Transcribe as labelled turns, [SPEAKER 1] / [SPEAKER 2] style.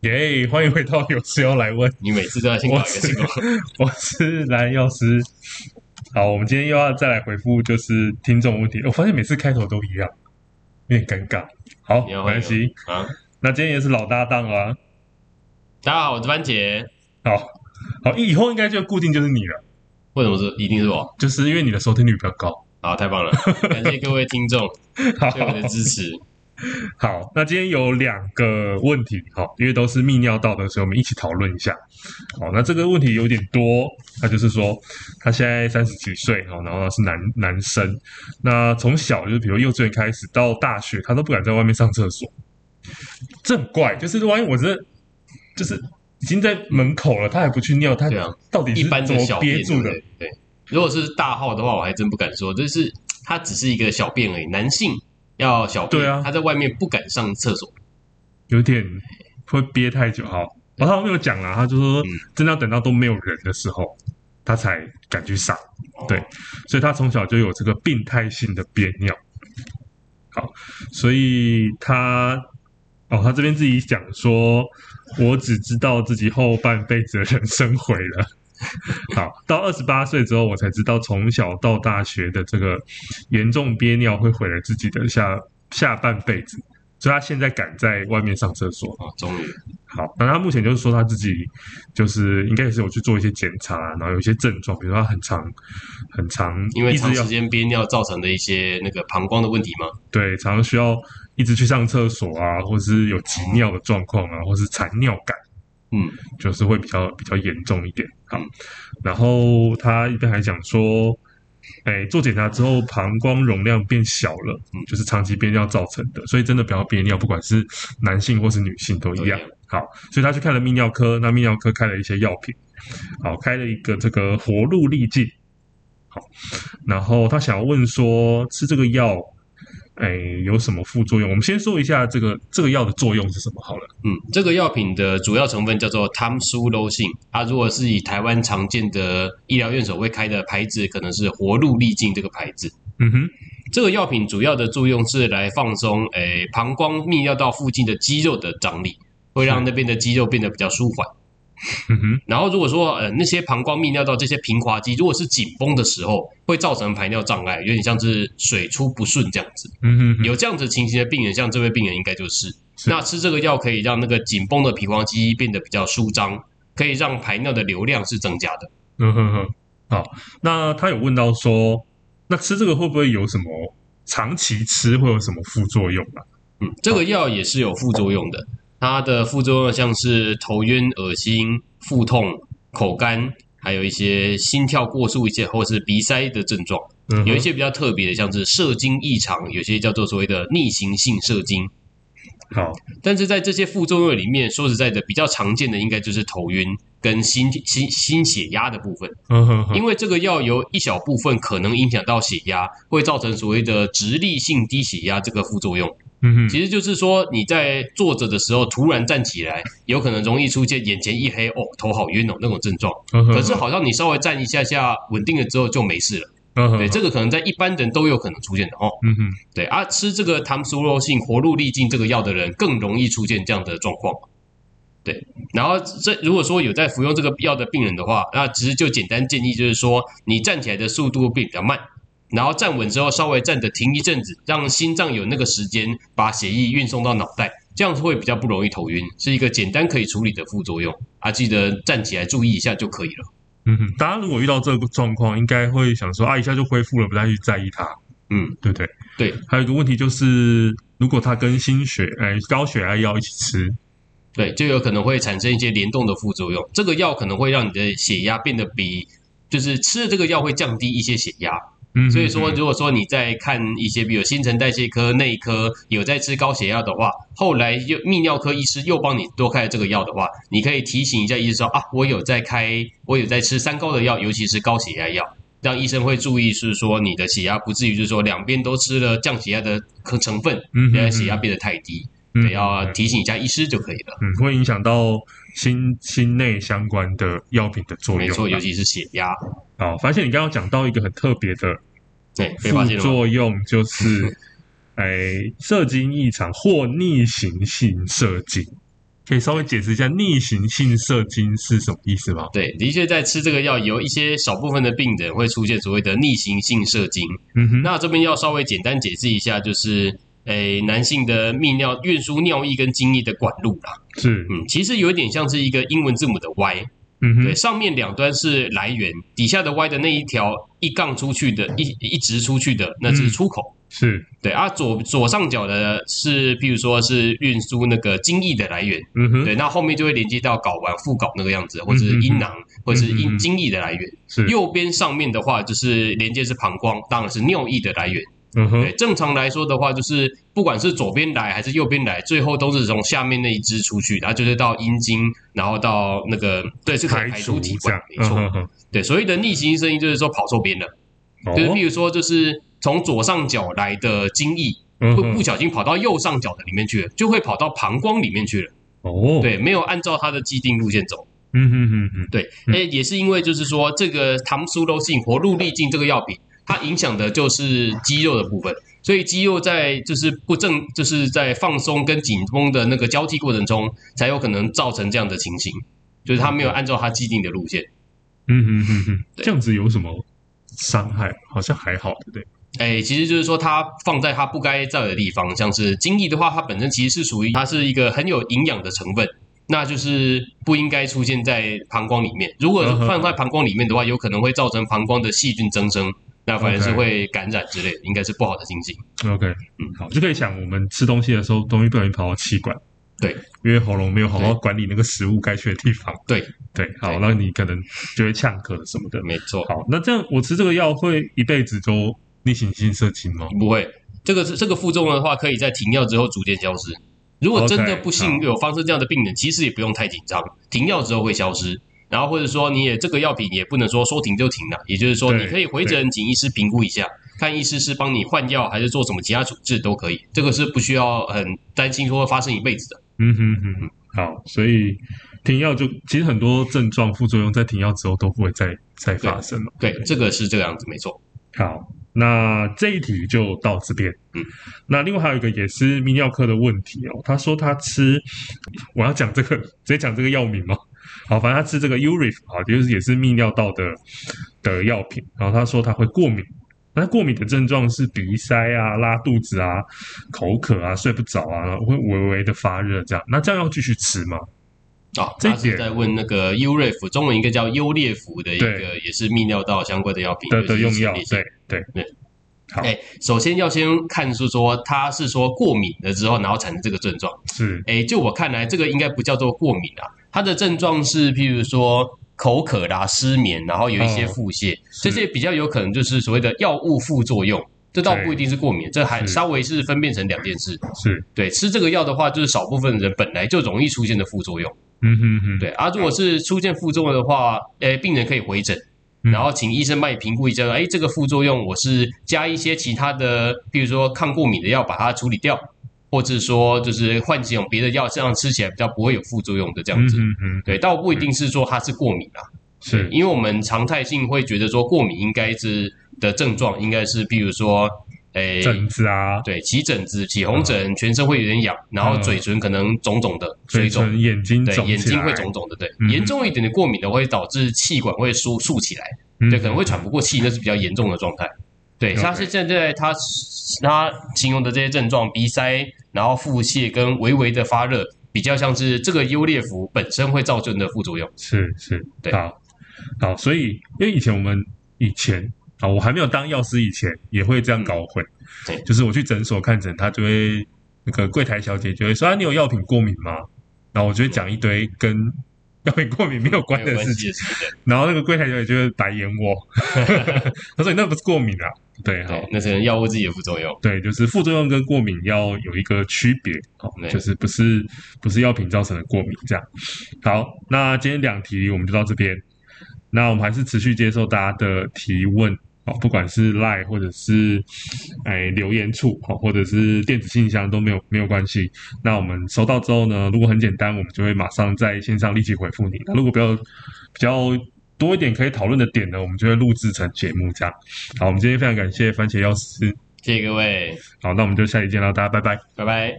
[SPEAKER 1] 耶欢迎回到有事要来问，
[SPEAKER 2] 你每次都要先搞一个新闻，
[SPEAKER 1] 我是蓝药师。好，我们今天又要再来回复就是听众问题。我发现每次开头都一样，有点尴尬。好，
[SPEAKER 2] 你
[SPEAKER 1] 没
[SPEAKER 2] 要
[SPEAKER 1] 关系。
[SPEAKER 2] 啊！
[SPEAKER 1] 那今天也是老搭档啦。
[SPEAKER 2] 大家好，我是番茄。
[SPEAKER 1] 好好，以后应该就固定就是你了，
[SPEAKER 2] 为什么是一定是我？
[SPEAKER 1] 就是因为你的收听率比较高。
[SPEAKER 2] 好，太棒了！感谢各位听众
[SPEAKER 1] 好
[SPEAKER 2] 对我的 支持。
[SPEAKER 1] 好，那今天有两个问题，好，因为都是泌尿道的，所以我们一起讨论一下。好，那这个问题有点多，他就是说，他现在三十几岁，好，然后他是男男生，那从小就是比如幼稚园开始到大学，他都不敢在外面上厕所，这很怪，就是万一我真的就是已经在门口了，他还不去尿，他
[SPEAKER 2] 对啊
[SPEAKER 1] 到底
[SPEAKER 2] 一
[SPEAKER 1] 是
[SPEAKER 2] 般
[SPEAKER 1] 怎
[SPEAKER 2] 的
[SPEAKER 1] 么
[SPEAKER 2] 小便
[SPEAKER 1] 憋住的？
[SPEAKER 2] 对不对，对如果是大号的话，我还真不敢说，就是它只是一个小便而已。男性要小便，
[SPEAKER 1] 对啊
[SPEAKER 2] 他在外面不敢上厕所，
[SPEAKER 1] 有点会憋太久。好，然后他没有讲啦，他就说
[SPEAKER 2] 嗯
[SPEAKER 1] 真的要等到都没有人的时候，他才敢去上。对，所以他从小就有这个病态性的憋尿。好，所以他哦，他这边自己讲说，我只知道自己后半辈子的人生毁了。好，到二十八岁之后，我才知道从小到大学的这个严重憋尿会毁了自己的下下半辈子，所以他现在敢在外面上厕所。
[SPEAKER 2] 哦，终于
[SPEAKER 1] 好，那他目前就是说他自己就是应该也是有去做一些检查，然后有一些症状，比如说他很长很长，
[SPEAKER 2] 因为
[SPEAKER 1] 一
[SPEAKER 2] 长
[SPEAKER 1] 直要
[SPEAKER 2] 时间憋尿造成的一些那个膀胱的问题嘛，
[SPEAKER 1] 对常常需要一直去上厕所啊，或是有急尿的状况啊，或是残尿感，
[SPEAKER 2] 嗯，
[SPEAKER 1] 就是会比较比较严重一点。好
[SPEAKER 2] 嗯，
[SPEAKER 1] 然后他一边还讲说，哎，做检查之后膀胱容量变小了，
[SPEAKER 2] 嗯
[SPEAKER 1] 就是长期憋尿造成的，所以真的不要憋尿，不管是男性或是女性都一样
[SPEAKER 2] 都一样。
[SPEAKER 1] 好，所以他去看了泌尿科，那泌尿科开了一些药品，好，开了一个这个活路利剂，好，然后他想要问说吃这个药，哎，有什么副作用？我们先说一下这个这个药的作用是什么好了。
[SPEAKER 2] 嗯，这个药品的主要成分叫做汤苏柔性啊，如果是以台湾常见的医疗院所会开的牌子，可能是活路利净这个牌子。
[SPEAKER 1] 嗯哼，
[SPEAKER 2] 这个药品主要的作用是来放松，诶、膀胱泌尿道附近的肌肉的张力，会让那边的肌肉变得比较舒缓。
[SPEAKER 1] 嗯哼，
[SPEAKER 2] 然后如果说呃那些膀胱泌尿道这些平滑肌如果是紧绷的时候，会造成排尿障碍，有点像是水出不顺这样子。
[SPEAKER 1] 嗯哼哼，
[SPEAKER 2] 有这样子情形的病人，像这位病人应该就是，
[SPEAKER 1] 是
[SPEAKER 2] 那吃这个药可以让那个紧绷的皮黄肌变得比较舒张，可以让排尿的流量是增加的。
[SPEAKER 1] 嗯哼哼，好，那他有问到说，那吃这个会不会有什么长期吃会有什么副作用啊？
[SPEAKER 2] 嗯，这个药也是有副作用的，它的副作用像是头晕、恶心、腹痛、口干，还有一些心跳过速，一些或是鼻塞的症状。
[SPEAKER 1] 嗯哼
[SPEAKER 2] 有一些比较特别的，像是射精异常，有些叫做所谓的逆行性射精。
[SPEAKER 1] 好，
[SPEAKER 2] 但是在这些副作用里面，说实在的，比较常见的应该就是头晕跟心心心血压的部分，
[SPEAKER 1] 嗯哼哼，
[SPEAKER 2] 因为这个药有一小部分可能影响到血压，会造成所谓的直立性低血压这个副作用。
[SPEAKER 1] 嗯哼，
[SPEAKER 2] 其实就是说你在坐着的时候突然站起来，有可能容易出现眼前一黑，哦，头好晕哦那种症状。
[SPEAKER 1] 嗯哼
[SPEAKER 2] 可是，好像你稍微站一下下，稳定了之后就没事了。
[SPEAKER 1] 嗯哼，
[SPEAKER 2] 对，这个可能在一般人都有可能出现的哦。
[SPEAKER 1] 嗯哼，
[SPEAKER 2] 对啊，吃这个糖苏肉性活路利净这个药的人，更容易出现这样的状况。对，然后这如果说有在服用这个药的病人的话，那其实就简单建议就是说，你站起来的速度会比较慢，然后站稳之后稍微站着停一阵子，让心脏有那个时间把血液运送到脑袋，这样会比较不容易头晕，是一个简单可以处理的副作用啊。记得站起来注意一下就可以了。
[SPEAKER 1] 嗯哼，大家如果遇到这个状况，应该会想说啊，一下就恢复了，不太去在意它，
[SPEAKER 2] 嗯，
[SPEAKER 1] 对不对？
[SPEAKER 2] 对
[SPEAKER 1] 还有一个问题就是，如果他跟心血哎高血压药一起吃，
[SPEAKER 2] 对，就有可能会产生一些联动的副作用。这个药可能会让你的血压变得比，就是吃了这个药会降低一些血压。
[SPEAKER 1] 嗯哼，
[SPEAKER 2] 所以说，
[SPEAKER 1] 嗯
[SPEAKER 2] 如果说你在看一些，比如新陈代谢科、内科有在吃高血压的话，后来又泌尿科医师又帮你多开了这个药的话，你可以提醒一下医师说啊，我有在开，我有在吃三高的药，尤其是高血压药。让医生会注意，是说你的血压不至于，就是说两边都吃了降血压的成成分，
[SPEAKER 1] 嗯哼
[SPEAKER 2] 让血压变得太低，
[SPEAKER 1] 嗯
[SPEAKER 2] 得要提醒一下医师就可以了。
[SPEAKER 1] 嗯，会影响到心心内相关的药品的作用。
[SPEAKER 2] 没错，尤其是血压，
[SPEAKER 1] 好，发现你刚刚讲到一个很特别的
[SPEAKER 2] 对，被发
[SPEAKER 1] 副
[SPEAKER 2] 现了吗。
[SPEAKER 1] 作用就是 ，哎，射精异常或逆行性射精。可以稍微解释一下逆行性射精是什么意思吗？
[SPEAKER 2] 对，的确在吃这个药，有一些少部分的病人会出现所谓的逆行性射精。
[SPEAKER 1] 嗯哼，
[SPEAKER 2] 那这边要稍微简单解释一下，就是诶、男性的泌尿运输尿液跟精液的管路啦。
[SPEAKER 1] 是，
[SPEAKER 2] 嗯，其实有一点像是一个英文字母的 Y，
[SPEAKER 1] 嗯
[SPEAKER 2] 对，
[SPEAKER 1] 哼，
[SPEAKER 2] 上面两端是来源，底下的 Y 的那一条一杠出去的，一一直出去的，那是出口。
[SPEAKER 1] 是，
[SPEAKER 2] 对啊，左左上角的是，譬如说是运输那个精液的来源，
[SPEAKER 1] 嗯哼，
[SPEAKER 2] 对，那后面就会连接到睾丸、副睾那个样子，或者是阴囊，或者
[SPEAKER 1] 嗯
[SPEAKER 2] 是
[SPEAKER 1] 嗯
[SPEAKER 2] 阴
[SPEAKER 1] 嗯
[SPEAKER 2] 精液的来源。
[SPEAKER 1] 是，
[SPEAKER 2] 右边上面的话就是连接是膀胱，当然是尿液的来源。
[SPEAKER 1] 嗯
[SPEAKER 2] 对，
[SPEAKER 1] 哼，
[SPEAKER 2] 正常来说的话，就是不管是左边来还是右边来，最后都是从下面那一支出去，然后就是到阴茎，然后到那个对，是可以排出
[SPEAKER 1] 除
[SPEAKER 2] 体
[SPEAKER 1] 这
[SPEAKER 2] 外
[SPEAKER 1] 样，，
[SPEAKER 2] 没错。
[SPEAKER 1] 嗯哼
[SPEAKER 2] 对，所谓的逆行声音就是说跑错边了，
[SPEAKER 1] 哼
[SPEAKER 2] 就是
[SPEAKER 1] 哦
[SPEAKER 2] 譬如说就是从左上角来的精液。
[SPEAKER 1] 嗯
[SPEAKER 2] 会
[SPEAKER 1] 哼
[SPEAKER 2] 不小心跑到右上角的里面去了，就会跑到膀胱里面去了。
[SPEAKER 1] 哦，，
[SPEAKER 2] 对，没有按照它的既定路线走。
[SPEAKER 1] 嗯哼哼哼，
[SPEAKER 2] 对，诶，也是因为就是说，这个糖苏柔性活路粒径这个药品，它影响的就是肌肉的部分，所以肌肉在就是不正，就是在放松跟紧绷的那个交替过程中，才有可能造成这样的情形，就是它没有按照它既定的路线。
[SPEAKER 1] 嗯哼哼哼，
[SPEAKER 2] 对
[SPEAKER 1] 这样子有什么伤害？好像还好，对不对？
[SPEAKER 2] 哎，其实就是说它放在它不该在的地方，像是精益的话，它本身其实是属于它是一个很有营养的成分，那就是不应该出现在膀胱里面。如果
[SPEAKER 1] 嗯哼
[SPEAKER 2] 放在膀胱里面的话，有可能会造成膀胱的细菌增生，那反而是
[SPEAKER 1] OK
[SPEAKER 2] 会感染之类的，应该是不好的情形。
[SPEAKER 1] OK，
[SPEAKER 2] 嗯
[SPEAKER 1] 好，就可以想我们吃东西的时候，东西不小心跑到气管，
[SPEAKER 2] 对，
[SPEAKER 1] 因为喉咙没有好好
[SPEAKER 2] 对
[SPEAKER 1] 管理那个食物该去的地方，
[SPEAKER 2] 对，
[SPEAKER 1] 嗯对，好，
[SPEAKER 2] 对
[SPEAKER 1] 那你可能就会呛咳什么的。
[SPEAKER 2] 没错，
[SPEAKER 1] 好，那这样我吃这个药会一辈子都逆行性射精吗？
[SPEAKER 2] 不会。这个是这个副作用的话，可以在停药之后逐渐消失。如果真的
[SPEAKER 1] OK，
[SPEAKER 2] 不幸
[SPEAKER 1] 好
[SPEAKER 2] 有发生这样的病人，其实也不用太紧张，停药之后会消失。然后或者说你也这个药品也不能说说停就停了，也就是说
[SPEAKER 1] 对
[SPEAKER 2] 你可以回诊请医师评估一下，看医师是帮你换药还是做什么其他处置都可以，这个是不需要很担心说会发生一辈子的。
[SPEAKER 1] 嗯哼哼哼，好，所以停药就其实很多症状副作用在停药之后都不会再再发生了。
[SPEAKER 2] 对，这个是这个样子，没错。
[SPEAKER 1] 好，那这一题就到这边。
[SPEAKER 2] 嗯，
[SPEAKER 1] 那另外还有一个也是泌尿科的问题哦，他说他吃，我要讲这个，直接讲这个药名吗？好，反正他吃这个 Urif 啊，就是也是泌尿道的的药品，然后他说他会过敏。那过敏的症状是鼻塞啊、拉肚子啊、口渴啊、睡不着啊，然后会微微的发热这样。那这样要继续吃吗？
[SPEAKER 2] 啊，
[SPEAKER 1] 这一
[SPEAKER 2] 他是
[SPEAKER 1] 点
[SPEAKER 2] 在问那个优瑞福，中文应该叫优列福的一个，
[SPEAKER 1] 对
[SPEAKER 2] 也是泌尿道相关的药品
[SPEAKER 1] 的的
[SPEAKER 2] 尤
[SPEAKER 1] 用
[SPEAKER 2] 其是前
[SPEAKER 1] 药
[SPEAKER 2] 列，腺
[SPEAKER 1] 对对
[SPEAKER 2] 对。
[SPEAKER 1] 好，
[SPEAKER 2] 哎，首先要先看是说他是说过敏了之后，然后产生这个症状。
[SPEAKER 1] 是
[SPEAKER 2] 哎，就我看来，这个应该不叫做过敏啊，它的症状是譬如说口渴啦、失眠，然后有一些腹泻，这些比较有可能就是所谓的药物副作用。这倒不一定是过敏，这还
[SPEAKER 1] 是
[SPEAKER 2] 稍微是分辨成两件事。
[SPEAKER 1] 是，
[SPEAKER 2] 对，吃这个药的话，就是少部分人本来就容易出现的副作用。
[SPEAKER 1] 嗯哼哼，
[SPEAKER 2] 对，啊，如果是出现副作用的话，诶，病人可以回诊，
[SPEAKER 1] 嗯
[SPEAKER 2] 然后请医生帮你评估一下，哎，这个副作用我是加一些其他的，比如说抗过敏的药把它处理掉，或者说就是换几种别的药，这样吃起来比较不会有副作用的这样
[SPEAKER 1] 嗯
[SPEAKER 2] 子。
[SPEAKER 1] 哼哼，
[SPEAKER 2] 对，倒不一定是说它是过敏啊，
[SPEAKER 1] 是
[SPEAKER 2] 因为我们常态性会觉得说过敏应该是的症状应该是，比如说，诶，
[SPEAKER 1] 疹子啊，
[SPEAKER 2] 对，起疹子、起红疹，全身会有点痒，然后
[SPEAKER 1] 嗯
[SPEAKER 2] 嘴唇可能肿肿的、水
[SPEAKER 1] 嘴
[SPEAKER 2] 肿，
[SPEAKER 1] 唇、眼睛
[SPEAKER 2] 对，
[SPEAKER 1] 肿
[SPEAKER 2] 眼
[SPEAKER 1] 起
[SPEAKER 2] 睛
[SPEAKER 1] 来
[SPEAKER 2] 会肿肿的，对，
[SPEAKER 1] 嗯
[SPEAKER 2] 严重一点的过敏的会导致气管会缩竖起来，
[SPEAKER 1] 嗯
[SPEAKER 2] 对，可能会喘不过气，那是比较严重的状态。对，
[SPEAKER 1] OK
[SPEAKER 2] 他是现在他他形容的这些症状，鼻塞，然后腹泻跟微微的发热，比较像是这个优劣服本身会造成的副作用。
[SPEAKER 1] 是是，
[SPEAKER 2] 对
[SPEAKER 1] 好，好，所以因为以前我们以前啊，我还没有当药师以前，也会这样搞混，
[SPEAKER 2] 嗯对
[SPEAKER 1] 就是我去诊所看诊，他就会那个柜台小姐就会说啊，你有药品过敏吗？然后我就会讲一堆跟药品过敏没有关
[SPEAKER 2] 没
[SPEAKER 1] 的
[SPEAKER 2] 有关
[SPEAKER 1] 事
[SPEAKER 2] 系
[SPEAKER 1] 情，
[SPEAKER 2] 的事情，
[SPEAKER 1] 然后那个柜台小姐就会白眼我， 她说你那不是过敏啊，对，好
[SPEAKER 2] 对，，那是药物自己的副作用。
[SPEAKER 1] 对，就是副作用跟过敏要有一个区别哦，
[SPEAKER 2] 对
[SPEAKER 1] 就是不是不是药品造成的过敏这样。好，那今天两题我们就到这边，那我们还是持续接受大家的提问哦，不管是 Line 或者是哎留言处哦，或者是电子信箱都没有没有关系。那我们收到之后呢，如果很简单，我们就会马上在线上立即回复你。那如果比较比较多一点可以讨论的点呢，我们就会录制成节目这样。好，我们今天非常感谢番茄药师。
[SPEAKER 2] 谢谢各位，
[SPEAKER 1] 好，那我们就下期见了，大家拜拜。
[SPEAKER 2] 拜拜。